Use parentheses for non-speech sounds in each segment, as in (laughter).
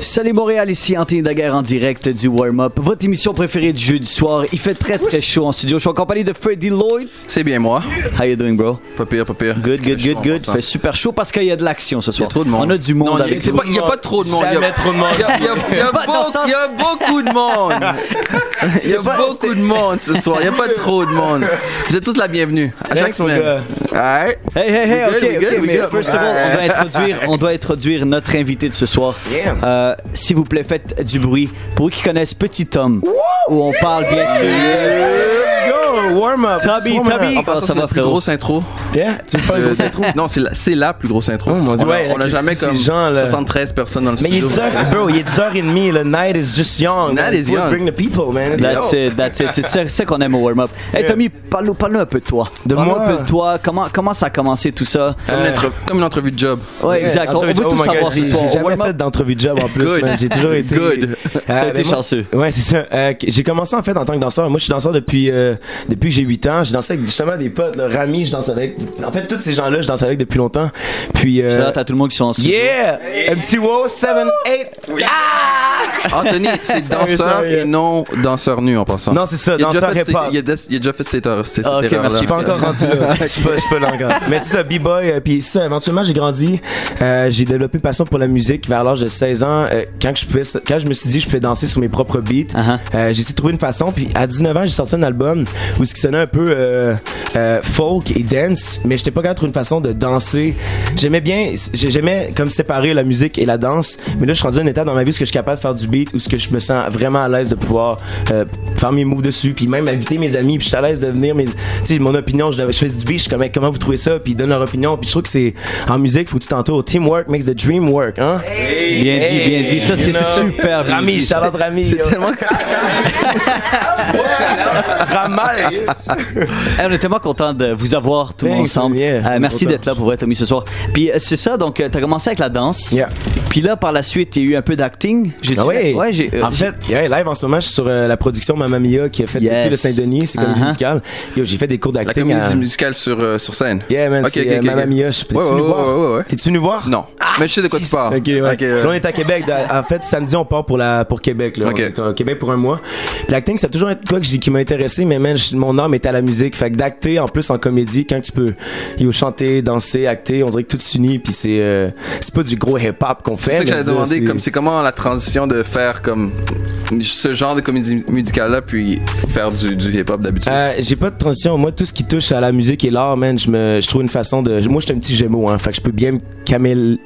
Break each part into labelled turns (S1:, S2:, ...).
S1: Salut Montréal, ici Anthony Daguerre en direct du warm-up. Votre émission préférée du jeudi soir. Il fait très très chaud en studio. Je suis en compagnie de Freddy Lloyd.
S2: C'est bien moi.
S1: How you doing, bro?
S2: Pas pire, pas pire.
S1: Good,
S2: C'est
S1: good,
S2: que je
S1: good, good.
S2: suis en
S1: Fait super chaud parce qu'il y a de l'action ce soir.
S2: trop de monde.
S1: On a du monde
S2: Non, il y a-
S1: avec
S2: c'est
S1: nous.
S2: pas- il y a pas trop de monde. Il y a-
S3: Jamais trop de monde.
S2: Il y a, il y a- il y
S1: (laughs)
S2: a
S1: Pas dans le
S2: beaucoup-
S1: sens-
S2: il y a beaucoup
S1: (laughs)
S2: de monde. Il y a
S1: C'était pas-
S2: beaucoup de monde ce soir. Il n'y a pas trop de monde. Vous êtes tous la bienvenue à chaque
S3: Thanks, mon
S2: semaine. Alright.
S3: Oh,
S1: Hey, hey, hey,
S2: We good,
S1: ok,
S2: we good,
S1: ok,
S2: we
S1: mais
S2: good.
S1: first of all, on
S2: (laughs)
S1: doit introduire, on doit introduire notre invité de ce soir. Euh, S'il vous plaît, faites du bruit. Pour eux qui connaissent Petit Tom, où on parle bien sûr.
S3: Go, warm up.
S1: Tubby, Tubby,
S2: En
S1: comment
S2: passant,
S1: ça
S2: c'est la
S1: va,
S2: plus
S1: frérot?
S2: grosse intro.
S3: Yeah, tu me fais un gros
S2: Euh,
S3: intro.
S2: Non, c'est la, c'est la plus grosse intro.
S3: Oh, mon Dieu.
S2: on a,
S3: Ouais,
S2: on a
S3: avec
S2: jamais
S3: tous ces
S2: comme
S3: gens, là.
S2: 73 personnes dans le
S3: Mais il est
S2: studio.
S3: 10h, bro, il est 10h30. Le night is just young.
S2: Night is
S3: We
S2: young.
S3: Bring the people, man. It's
S1: That's
S3: dope.
S1: it, that's it. C'est ça- ça qu'on aime au warm-up. Hey
S3: Yeah.
S1: Tommy, parle-nous parle un peu de toi.
S3: De
S1: Parle-nous
S3: moi?
S1: un peu de toi. Comment, comment ça a commencé tout ça?
S2: Comme une, entre- comme une entrevue de
S3: (laughs)
S2: job.
S1: Ouais,
S3: Yeah,
S1: exact. On, on
S3: entrevue
S1: veut
S3: de- oh
S1: tout
S3: my God,
S1: savoir ce
S3: j'ai-
S1: soir.
S3: J'ai
S1: Au
S3: jamais
S1: warm-up,
S3: fait d'entrevue de job en plus,
S2: Good.
S3: man. J'ai toujours été.
S2: Good.
S3: Euh,
S1: T'as
S3: mais
S1: été
S3: moi-
S1: chanceux.
S3: Ouais, c'est ça. Euh, que- j'ai commencé en fait en tant que danseur. Moi, je suis danseur depuis, euh, depuis que j'ai 8 ans. Je dansais avec justement des potes. Là. Rami, je danse avec. En fait, tous ces gens-là, je danse avec depuis longtemps. Puis. euh,
S1: Je t'as tout le monde qui sont en studio.
S3: Yeah! Un petit wow, 7, 8.
S2: Anthony, c'est danseur
S3: sorry.
S2: et non danseur nu en passant.
S3: Non, c'est ça,
S2: Il a déjà
S3: danseur
S2: fait ces-
S3: hip-hop.
S2: Il a des- il a déjà fait cette erreur. cette- cette
S1: Ah, ok,
S2: erreur-là.
S1: merci.
S3: Je suis pas encore rendu
S1: (laughs)
S3: là. Je suis pas, je suis pas là encore. Mais c'est ça, B-Boy. euh, Puis ça, éventuellement, j'ai grandi. Euh, j'ai développé une passion pour la musique vers l'âge de 16 ans. euh, quand, que je pouvais, quand je me suis dit que je pouvais danser sur mes propres beats,
S1: Uh-huh.
S3: euh, j'ai essayé de trouver une façon. Puis à 19 ans, j'ai sorti un album où ce qui sonnait un peu euh, euh, folk et dance. Mais j'étais pas capable de trouver une façon de danser. J'aimais bien, j'ai- j'aimais comme séparer la musique et la danse. Mais là, je suis rendu à un état dans ma vie où ce que je suis capable de faire du beat, où ce que je me sens vraiment à l'aise de pouvoir euh, faire mes moves dessus. Puis même inviter mes amis. Puis je suis à l'aise de venir, mes, tu sais, mon opinion. Je, je fais du beat, je suis comme, Hey, comment vous trouvez ça? Puis ils donnent leur opinion. Puis je trouve que c'est, en musique, faut que tu t'entoures. Teamwork makes the dream work, hein?
S1: Bien dit, bien dit. Ça,
S3: You
S1: c'est
S3: know.
S1: super bien
S3: Rami,
S1: dit.
S3: shout-out Rami. yo.
S1: Hey, Eh, on est tellement content de vous avoir tous
S3: Thanks,
S1: ensemble.
S3: yeah.
S1: Euh, merci
S3: Content.
S1: d'être là pour être Tommy ce soir. Puis euh, c'est ça, donc euh, t'as commencé avec la danse.
S3: Yeah.
S1: Puis là, par la suite, il y a eu un peu d'acting. J'ai
S3: Ah
S1: dû-
S3: ouais.
S1: ouais, j'ai. euh,
S3: en fait, ouais, live en ce moment, je suis sur euh, la production Mamma Mia qui a fait
S1: Yes.
S3: le de Saint-Denis, c'est comédie
S1: Uh-huh.
S3: musicale. Yo, j'ai fait des cours
S2: La
S3: d'acting. à-
S2: comédie musicale sur, euh, sur scène.
S3: Yeah, man,
S2: Ok,
S3: c'est
S2: ok,
S3: euh,
S2: ok,
S3: Mamma
S2: ok.
S3: Mia. Je... T'es-tu
S2: Ouais,
S3: venu
S2: ouais,
S3: voir?
S2: ouais, ouais, ouais.
S3: T'es-tu venu voir?
S2: Non. mais je sais de quoi tu parles.
S3: Ok, ouais.
S2: Ok, ouais.
S3: Là, on est à Québec. dans- En fait, samedi, on part pour, la, pour Québec. Là.
S2: Ok.
S3: On est à Québec pour un mois. Puis L'acting, ça a toujours été quoi que j'ai- qui m'a intéressé, mais man, je- mon âme est à la musique. Fait que d'acter, en plus, en comédie, quand tu peux yo, chanter, danser, acter, on dirait que tout s'unit. Puis c'est euh, c'est pas du gros hip-hop qu'on fait.
S2: C'est ça que
S3: mais
S2: j'avais
S3: je veux dire,
S2: demandé, comme c'est comment la transition de faire comme ce genre de comédie musicale-là, puis faire du, du hip-hop d'habitude.
S3: Euh, j'ai pas de transition. Moi, tout ce qui touche à la musique et l'art, man, je me, je trouve une façon de. Moi, je suis un petit Gémeaux, hein. Fait que je peux bien me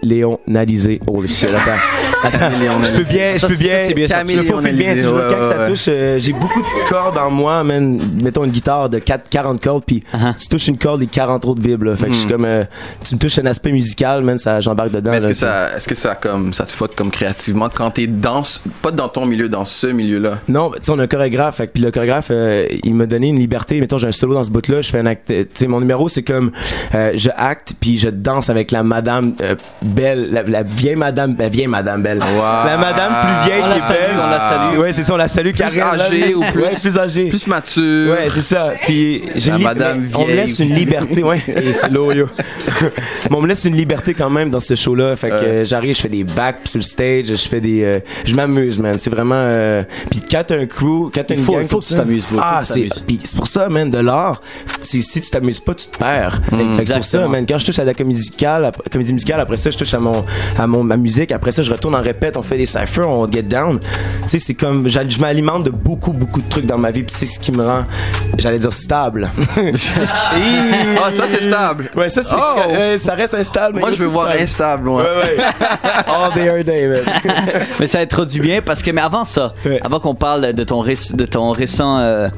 S3: caméléonaliser. Oh shit, attends. Attends. Je peux bien, je
S1: Ça,
S3: peux
S1: ça,
S3: bien.
S1: c'est bien sorti.
S3: Je peux pas faire bien. tu sais, je veux dire, quand
S2: Ouais,
S3: ça
S2: ouais,
S3: touche, euh, j'ai beaucoup de cordes en moi, man. Mettons une guitare de 4, 40 cordes, puis
S1: Uh-huh.
S3: tu touches une corde et 40 autres vibres. là. Fait que je suis comme, euh, tu me touches un aspect musical, man, ça, j'embarque dedans.
S2: Mais est-ce
S3: là,
S2: que
S3: tu sais.
S2: ça, est-ce que ça comme ça te fuck comme créativement quand t'es dans, ce- pas dans ton milieu, dans ce milieu-là.
S3: Non, tu sais, on a un chorégraphe. fait que- Puis le chorégraphe, euh, il m'a donné une liberté. Mettons, j'ai un solo dans ce bout-là. Je fais un acte. Tu sais, mon numéro, c'est comme euh, je acte, puis je danse avec la madame euh, belle, la, la vieille madame, la vieille madame belle. La madame plus vieille
S1: Ah. On la
S3: qui est
S1: salue,
S3: belle.
S1: on la salue.
S3: Ouais, c'est ça, on la salue. Plus
S2: âgée ou plus-
S3: plus âgée.
S2: Plus mature.
S3: Ouais, c'est ça. Puis j'ai
S2: La
S3: une lib-
S2: madame
S3: mais on me
S2: vieille.
S3: laisse une liberté,
S1: (laughs)
S3: ouais. Et c'est lourd, yo. (laughs) mais on me laisse une liberté quand même dans ce show-là. Fait que
S2: Ouais.
S3: euh, j'arrive, je fais des backs sur le stage, je fais des, euh, je m'amuse, man. C'est vraiment. euh, Puis quand t'as un crew, quand t'as
S1: Il
S3: une
S1: faut-
S3: gang
S1: il faut
S3: comme
S1: que
S3: ça-
S1: tu t'amuses, bro. Faut
S3: Ah,
S1: que tu
S3: c'est.
S1: t'amuses.
S3: Puis c'est pour ça, man, de l'art. c'est Si tu t'amuses pas, tu te perds.
S1: Mm.
S3: Fait que C'est pour ça,
S1: Exactement.
S3: man. Quand je touche à la comédie musicale, ap- comédie musicale, après ça, je touche à mon, à mon, ma musique. Après ça, je retourne en répète, on fait des cyphers, on get down. Tu sais, c'est comme, j'al- je m'alimente de beaucoup, beaucoup de trucs dans ma vie, puis c'est ce qui me rend, j'allais dire stable. (laughs)
S2: Ah, ça c'est stable.
S3: ouais, ça c'est,
S2: Oh!
S3: euh, ça rreste instable. mais
S2: Moi,
S3: là,
S2: je veux
S3: c'est
S2: voir
S3: stable.
S2: instable, moi.
S3: Ouais,
S2: (laughs)
S3: ouais. All day, every day, man.
S1: Mais ça va être du bien parce que mais avant ça,
S3: Ouais.
S1: avant qu'on parle de ton réc- de ton récent euh,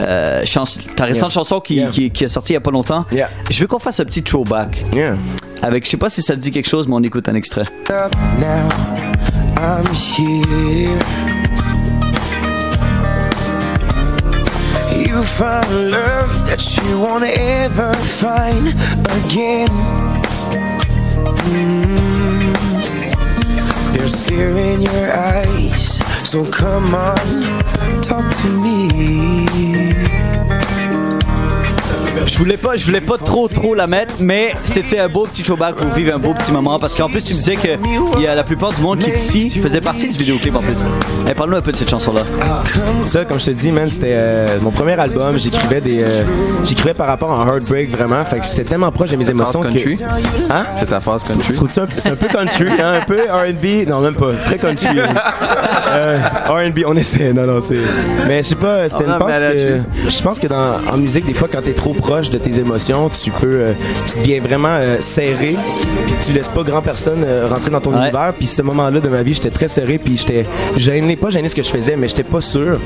S1: euh, chans- ta récente
S3: Yeah.
S1: chanson qui,
S3: Yeah.
S1: qui, qui est sortie il y a pas longtemps,
S3: Yeah.
S1: je veux qu'on fasse un petit throwback
S3: Yeah.
S1: avec je sais pas si ça te dit quelque chose mais on écoute un extrait.
S4: Now I'm here. You found love that you won't ever find again. Mm. There's fear in your eyes, so come on, talk to me.
S1: Je voulais pas, je voulais pas trop trop la mettre, mais c'était un beau petit showback pour vivre un beau petit moment parce qu'en plus tu me disais que il y a la plupart du monde qui est ici faisait partie du vidéoclip en plus. Hey, parle-nous un peu de cette chanson là.
S3: Ça, comme je te dis, man, c'était euh, mon premier album. J'écrivais des, euh, j'écrivais par rapport à un heartbreak vraiment. Fait que j'étais tellement proche de mes émotions que.
S2: country?
S3: Hein?
S2: C'est ta phase
S3: Tu
S2: country.
S3: trouves ça un- C'est un peu country, hein, un peu R&B, non même pas, très country. (laughs) oui. Euh, R&B, on essaie, non non c'est. Mais je sais pas, c'était
S2: On a
S3: une pense que
S2: managé.
S3: Ah, je pense que dans en musique des fois quand t'es trop proche de tes émotions, tu peux, euh, tu deviens vraiment euh, serré, puis tu laisses pas grand personne euh, rentrer dans ton
S1: Ouais.
S3: univers. Puis ce moment-là de ma vie, j'étais très serré, puis j'étais gêné, pas gêné ce que je faisais, mais j'étais pas sûr.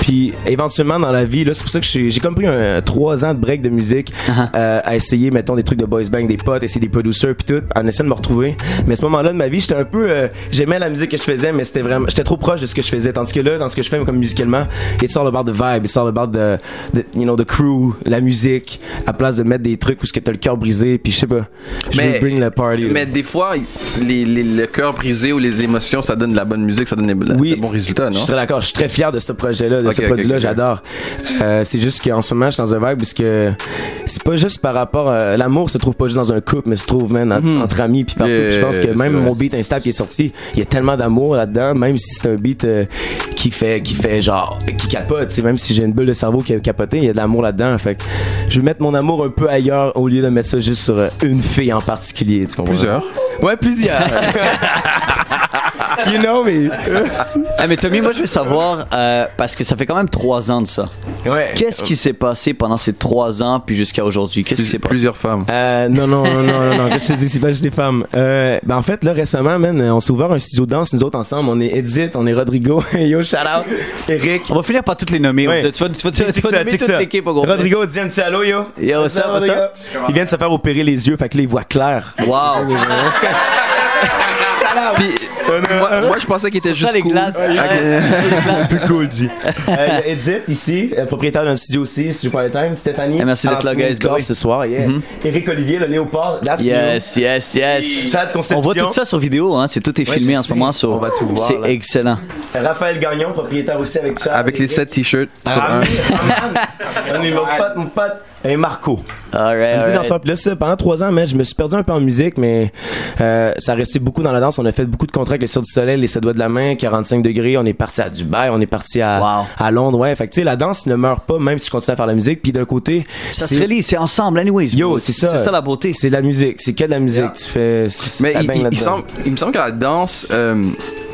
S3: Puis éventuellement dans la vie, là c'est pour ça que j'ai j'ai comme pris un trois ans de break de musique
S2: Uh-huh.
S3: euh, à essayer mettons des trucs de boys bang, des potes, essayer des producers puis tout, en essayant de me retrouver. Mais ce moment-là de ma vie, j'étais un peu, euh, j'aimais la musique que je faisais, mais c'était vraiment, j'étais trop proche de ce que je faisais. Tandis que là, dans ce que je fais comme musicalement, it's all about the vibe, it's all about the, the- you know, the crew, la musique, à place de mettre des trucs où ce que t'as le cœur brisé, puis je sais pas, je veux bring the party. là.
S2: mais des fois, les, les- le cœur brisé ou les émotions, ça donne de la bonne musique, ça donne des, de bons résultats,
S3: Je
S2: Euh, non?
S3: suis très d'accord. Je suis très fier de ce projet-là, de
S2: Ok,
S3: ce
S2: ok,
S3: produit-là.
S2: ok.
S3: J'adore. Euh, c'est juste qu'en ce moment, je suis dans un vibe parce que c'est pas juste par rapport. à- L'amour se trouve pas juste dans un couple, mais se trouve man, en- entre amis puis partout.
S2: Mhm. Yeah,
S3: Puis je pense que
S2: c'est
S3: même
S2: vrai.
S3: mon beat instable qui est sorti, il y a tellement d'amour là-dedans. Même si c'est un beat euh, qui fait qui fait genre qui capote. tu sais, Même si j'ai une bulle de cerveau qui a capoté, il y a de l'amour là-dedans. Fait que je vais mettre mon amour un peu ailleurs au lieu de mettre ça juste sur euh, une fille en particulier. Tu comprends?
S2: Plusieurs.
S3: Ouais,
S2: (laughs)
S3: plusieurs. you know me.
S1: Ah mais Tommy, moi je veux savoir euh, parce que ça fait quand même trois ans de ça.
S3: Ouais.
S1: Qu'est-ce qui s'est passé pendant ces trois ans puis jusqu'à aujourd'hui Qu'est-ce qui s'est passé
S2: Plusieurs femmes.
S3: Euh, non, non, non, non, non, non, comme je te dis, c'est pas juste des femmes. Euh, ben en fait, là, récemment, man, on s'est ouvert un studio de danse, nous autres, ensemble. On est Edith, on est Rodrigo. (laughs) Yo, shout out. Eric.
S1: On va finir par toutes les nommer.
S3: Ouais.
S1: Tu vas, tu vas- tu vas- tu
S3: Check
S1: vas
S3: ça,
S1: nommer
S3: check
S1: toute
S3: ça.
S1: l'équipe au gros.
S3: Rodrigo, dis un petit allô, yo.
S1: Yo, what's up, what's up?
S3: Il vient de se faire opérer les yeux, fait que là, il voit (laughs) clair.
S1: Wow.
S2: Puis, moi, moi, je pensais qu'il était
S1: Ça
S2: juste
S1: les
S2: cool.
S1: glaces.
S3: C'est cool, G. Euh, il y a Edith, ici, euh, propriétaire d'un studio aussi, Super Le Time. Stéphanie.
S1: Eh, merci d'être là,
S3: Francine
S1: guys,
S3: Ducor
S1: boy.
S3: ce soir, yeah. Eric Olivier, le Léopard. That's
S1: Yes, yes,
S3: you.
S1: yes.
S3: Chat Conception.
S1: On voit tout ça sur vidéo, hein. c'est tout est
S3: Ouais,
S1: filmé
S3: je
S1: en
S3: sais.
S1: ce moment sur.
S3: On va tout voir,
S1: C'est
S3: là.
S1: excellent.
S3: Raphaël Gagnon, propriétaire aussi avec Chad.
S2: Avec les
S3: Eric.
S2: 7 t-shirts sur
S3: Ah,
S2: un.
S3: man. (laughs) On est mon pote, mon pote. Et Marco.
S1: Alright,
S3: Dans
S1: alright.
S3: ça. Puis là, ça, pendant trois ans, man, je me suis perdu un peu en musique, mais euh, ça restait beaucoup dans la danse. On a fait beaucoup de contrats avec les Sœurs du Soleil, les 7 doigts de la main, 45 degrés. On est parti à Dubaï, on est parti à,
S1: Wow.
S3: à Londres. Ouais, fait que tu sais, la danse ne meurt pas, même si je continue à faire la musique. Puis d'un côté,
S1: Ça se
S3: c'est-
S1: relie, c'est ensemble, anyways.
S3: Yo,
S1: bro.
S3: c'est ça.
S1: la beauté.
S3: C'est de la musique, c'est que de la musique. Tu fais. c'est-
S2: Mais
S3: ça
S2: il,
S3: baigne
S2: il- il
S3: là-dedans.
S2: semble, il me semble que la danse, euh,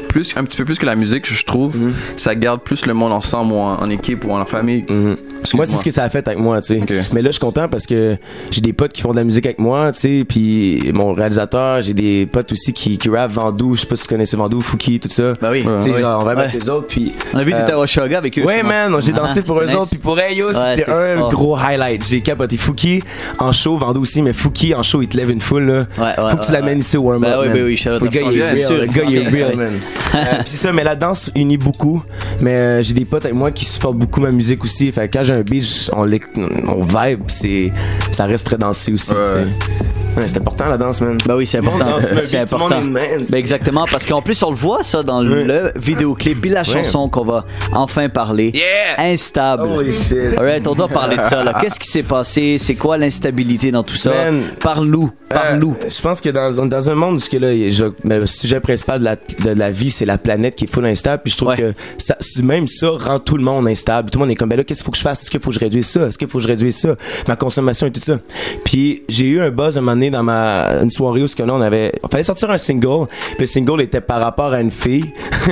S2: plus, un petit peu plus que la musique, je trouve,
S3: Mhm.
S2: ça garde plus le monde ensemble ou en, en équipe ou en famille.
S3: Mhm. Moi, c'est ce que ça a fait avec moi, tu sais.
S2: Ok.
S3: Mais là, je suis content parce que j'ai des potes qui font de la musique avec moi, tu sais. Puis mon réalisateur, j'ai des potes aussi qui, qui rappent Vandou, je sais pas si tu connaissais Vandou, Fouki, tout ça.
S1: Bah oui.
S3: Tu sais,
S1: Ouais.
S3: genre, on va avec
S1: Ouais.
S3: les autres, puis.
S1: On a vu, t'étais
S3: euh,
S1: à Oshaga avec eux.
S3: Ouais,
S1: justement.
S3: man, j'ai dansé
S1: Ah,
S3: pour eux
S1: c'était nice.
S3: autres, puis pour eux, yo,
S1: c'était
S3: c'était un
S1: fort.
S3: gros highlight. J'ai capoté. Fouki en show, Vandou aussi, mais Fouki en show, il te lève une foule, là.
S1: Ouais, ouais,
S3: Faut que
S1: ouais,
S3: tu l'amènes
S1: ouais.
S3: ici au warm-up.
S1: Ben oui,
S3: man.
S1: ben oui, shout out
S3: Le gars,
S1: à
S3: il est
S1: Fouki, bien
S3: real,
S1: sûr,
S3: le gars, il
S1: bien
S3: est
S1: sûr. (laughs)
S3: real, man. Euh, Puis c'est ça, mais la danse unit beaucoup. Mais euh, j'ai des potes avec moi qui supportent beaucoup ma musique aussi. Fait que quand j'ai un beat, je- on, l'éc- on vibe, pis c'est, ça reste très dansé aussi.
S2: Ouais.
S3: tu sais. Ouais, c'est important la danse, man.
S1: Bah oui, c'est
S3: Tout le monde
S1: important.
S3: danse, man,
S1: (laughs) C'est
S3: tout le monde
S1: important.
S3: est de même, tu
S1: Ben exactement, parce qu'en plus, on le voit ça dans le, vidéoclip et la chanson qu'on va enfin parler. Instable.
S3: Holy shit.
S1: Alright, on doit parler de
S3: (laughs)
S1: ça. là. Qu'est-ce qui s'est passé? C'est quoi l'instabilité dans tout ça?
S3: Man.
S1: Parle-nous. Parle-nous.
S3: Euh, je pense que dans, dans un monde où ce que là, je- mais le sujet principal de la, de la vie, c'est la planète qui est full instable. Puis je trouve
S1: Ouais.
S3: que ça, même ça rend tout le monde instable. Tout le monde est comme, ben là, qu'est-ce qu'il faut que je fasse? Est-ce qu'il faut que je réduise ça? Est-ce qu'il faut que je réduise ça? Ma consommation et tout ça. Puis j'ai eu un buzz un moment donné dans ma, une soirée où ce que là, on avait, on fallait sortir un single. Puis le single était par rapport à une fille. (laughs)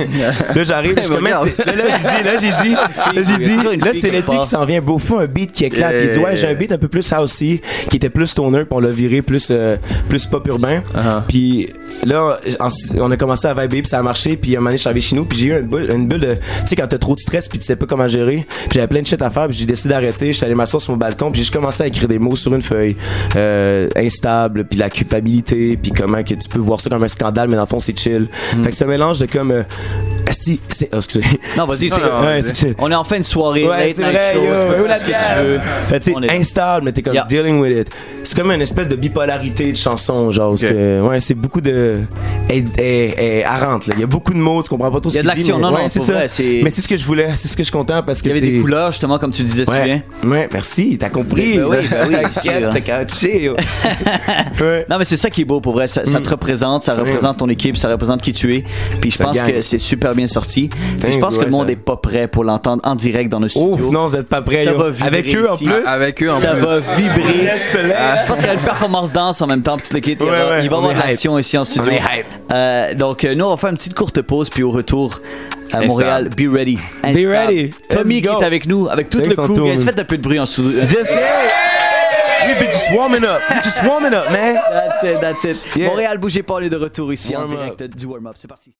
S3: là, j'arrive,
S1: (laughs)
S3: je suis comme,
S2: Regarde.
S3: Man, c'est- là, là, j'ai dit, là, j'ai dit, là, j'ai
S1: Il y a toujours (laughs)
S3: dit,
S1: une
S3: là,
S1: fille
S3: c'est
S1: quelque
S3: l'été
S1: part.
S3: qui s'en vient beau fou, un beat qui éclate. Puis il dit, ouais, j'ai un beat un peu plus housey, qui était plus stoner, puis on l'a viré plus, euh, plus pop urbain.
S2: Uh-huh.
S3: Puis là, en- on a commencé à vibrer, puis ça a marché, puis un moment donné, je suis arrivé chez nous, puis j'ai eu une bulle, une bulle de. Tu sais, quand t'as trop de stress, puis tu sais pas comment gérer, puis j'avais plein de shit à faire, puis j'ai décidé d'arrêter, j'étais allé m'asseoir sur mon balcon, puis j'ai commencé à écrire des mots sur une feuille. Euh, instable, puis la culpabilité, puis comment que tu peux voir ça comme un scandale, mais dans le fond, c'est chill. Fait que ce mélange de comme. euh, Esti, c'est. oh, excusez.
S1: Non, vas-y,
S3: C'est-
S1: c'est-
S2: non,
S3: ouais,
S2: vas-y.
S3: c'est chill.
S1: On est en fin de soirée,
S3: Ouais,
S1: late
S3: c'est
S1: night
S3: vrai,
S1: show,
S3: yo,
S1: tu peux
S3: où
S1: faire
S3: la
S1: ce
S3: bière?
S1: que
S3: Ben, tu sais,
S1: On est là.
S3: instable, mais t'es comme
S1: Yeah.
S3: dealing with it. C'est comme une espèce de bipolarité de chanson, genre. parce
S2: Ok.
S3: que, ouais, c'est beaucoup de. Elle est harante, là. Il y a beaucoup de mots, tu comprends pas trop
S1: Il y
S3: ce
S1: a de
S3: qu'il dit,
S1: l'action,
S3: mais
S1: non, non,
S3: ouais, c'est
S1: pour
S3: ça.
S1: vrai, c'est-
S3: Mais c'est ce que je voulais, c'est ce que je suis content parce que
S1: Il y avait des
S3: c'est-
S1: couleurs, justement, comme tu disais si bien.
S3: Ouais, ouais, merci, t'as compris.
S1: Ben oui, ben oui, c'est
S3: T'inquiète,
S1: vrai.
S3: (laughs) t'as catché.
S1: (laughs)
S3: yo. ouais.
S1: Non, mais c'est ça qui est beau pour vrai. Ça,
S3: Mm.
S1: ça te représente, ça représente ton équipe, ça représente qui tu es. Puis je
S3: Ça
S1: pense
S3: gagne.
S1: que c'est super bien sorti. Puis je
S3: Thanks,
S1: pense que
S3: ouais,
S1: le monde
S3: ça-
S1: est pas prêt pour l'entendre en direct dans le studio.
S3: Ouf, non, vous êtes pas prêts.
S1: Ça
S3: yo.
S1: va vibrer
S3: Avec eux en
S1: ici. Ah.
S3: plus.
S2: Ah, Avec eux en
S1: ça
S2: plus.
S1: va
S3: (laughs)
S1: vibrer.
S3: Laisse le
S1: Je pense qu'il y a une performance danse en même temps, puis toute l'équipe. il, y
S3: Ouais,
S1: aura-
S3: ouais,
S1: il va y
S3: on
S1: avoir
S3: est
S1: de
S3: hype.
S1: l'action ici en studio.
S3: On est hype.
S1: Euh, donc, euh, nous, on va faire une petite courte pause, puis au retour à
S2: Instable.
S1: Montréal, be ready. Instable.
S3: ready.
S1: Tommy
S3: Let's
S1: qui
S3: go.
S1: est avec nous, avec tout
S3: Thanks,
S1: le coup.
S3: Antoine.
S1: Guys, faites un peu de bruit en studio.
S3: Just yeah. We be just warming up. We Just warming up, man.
S1: That's it, that's it.
S3: Yeah.
S1: Montréal, bougez pas, on est de retour ici en
S3: Warm up.
S1: direct du warm-up. C'est parti.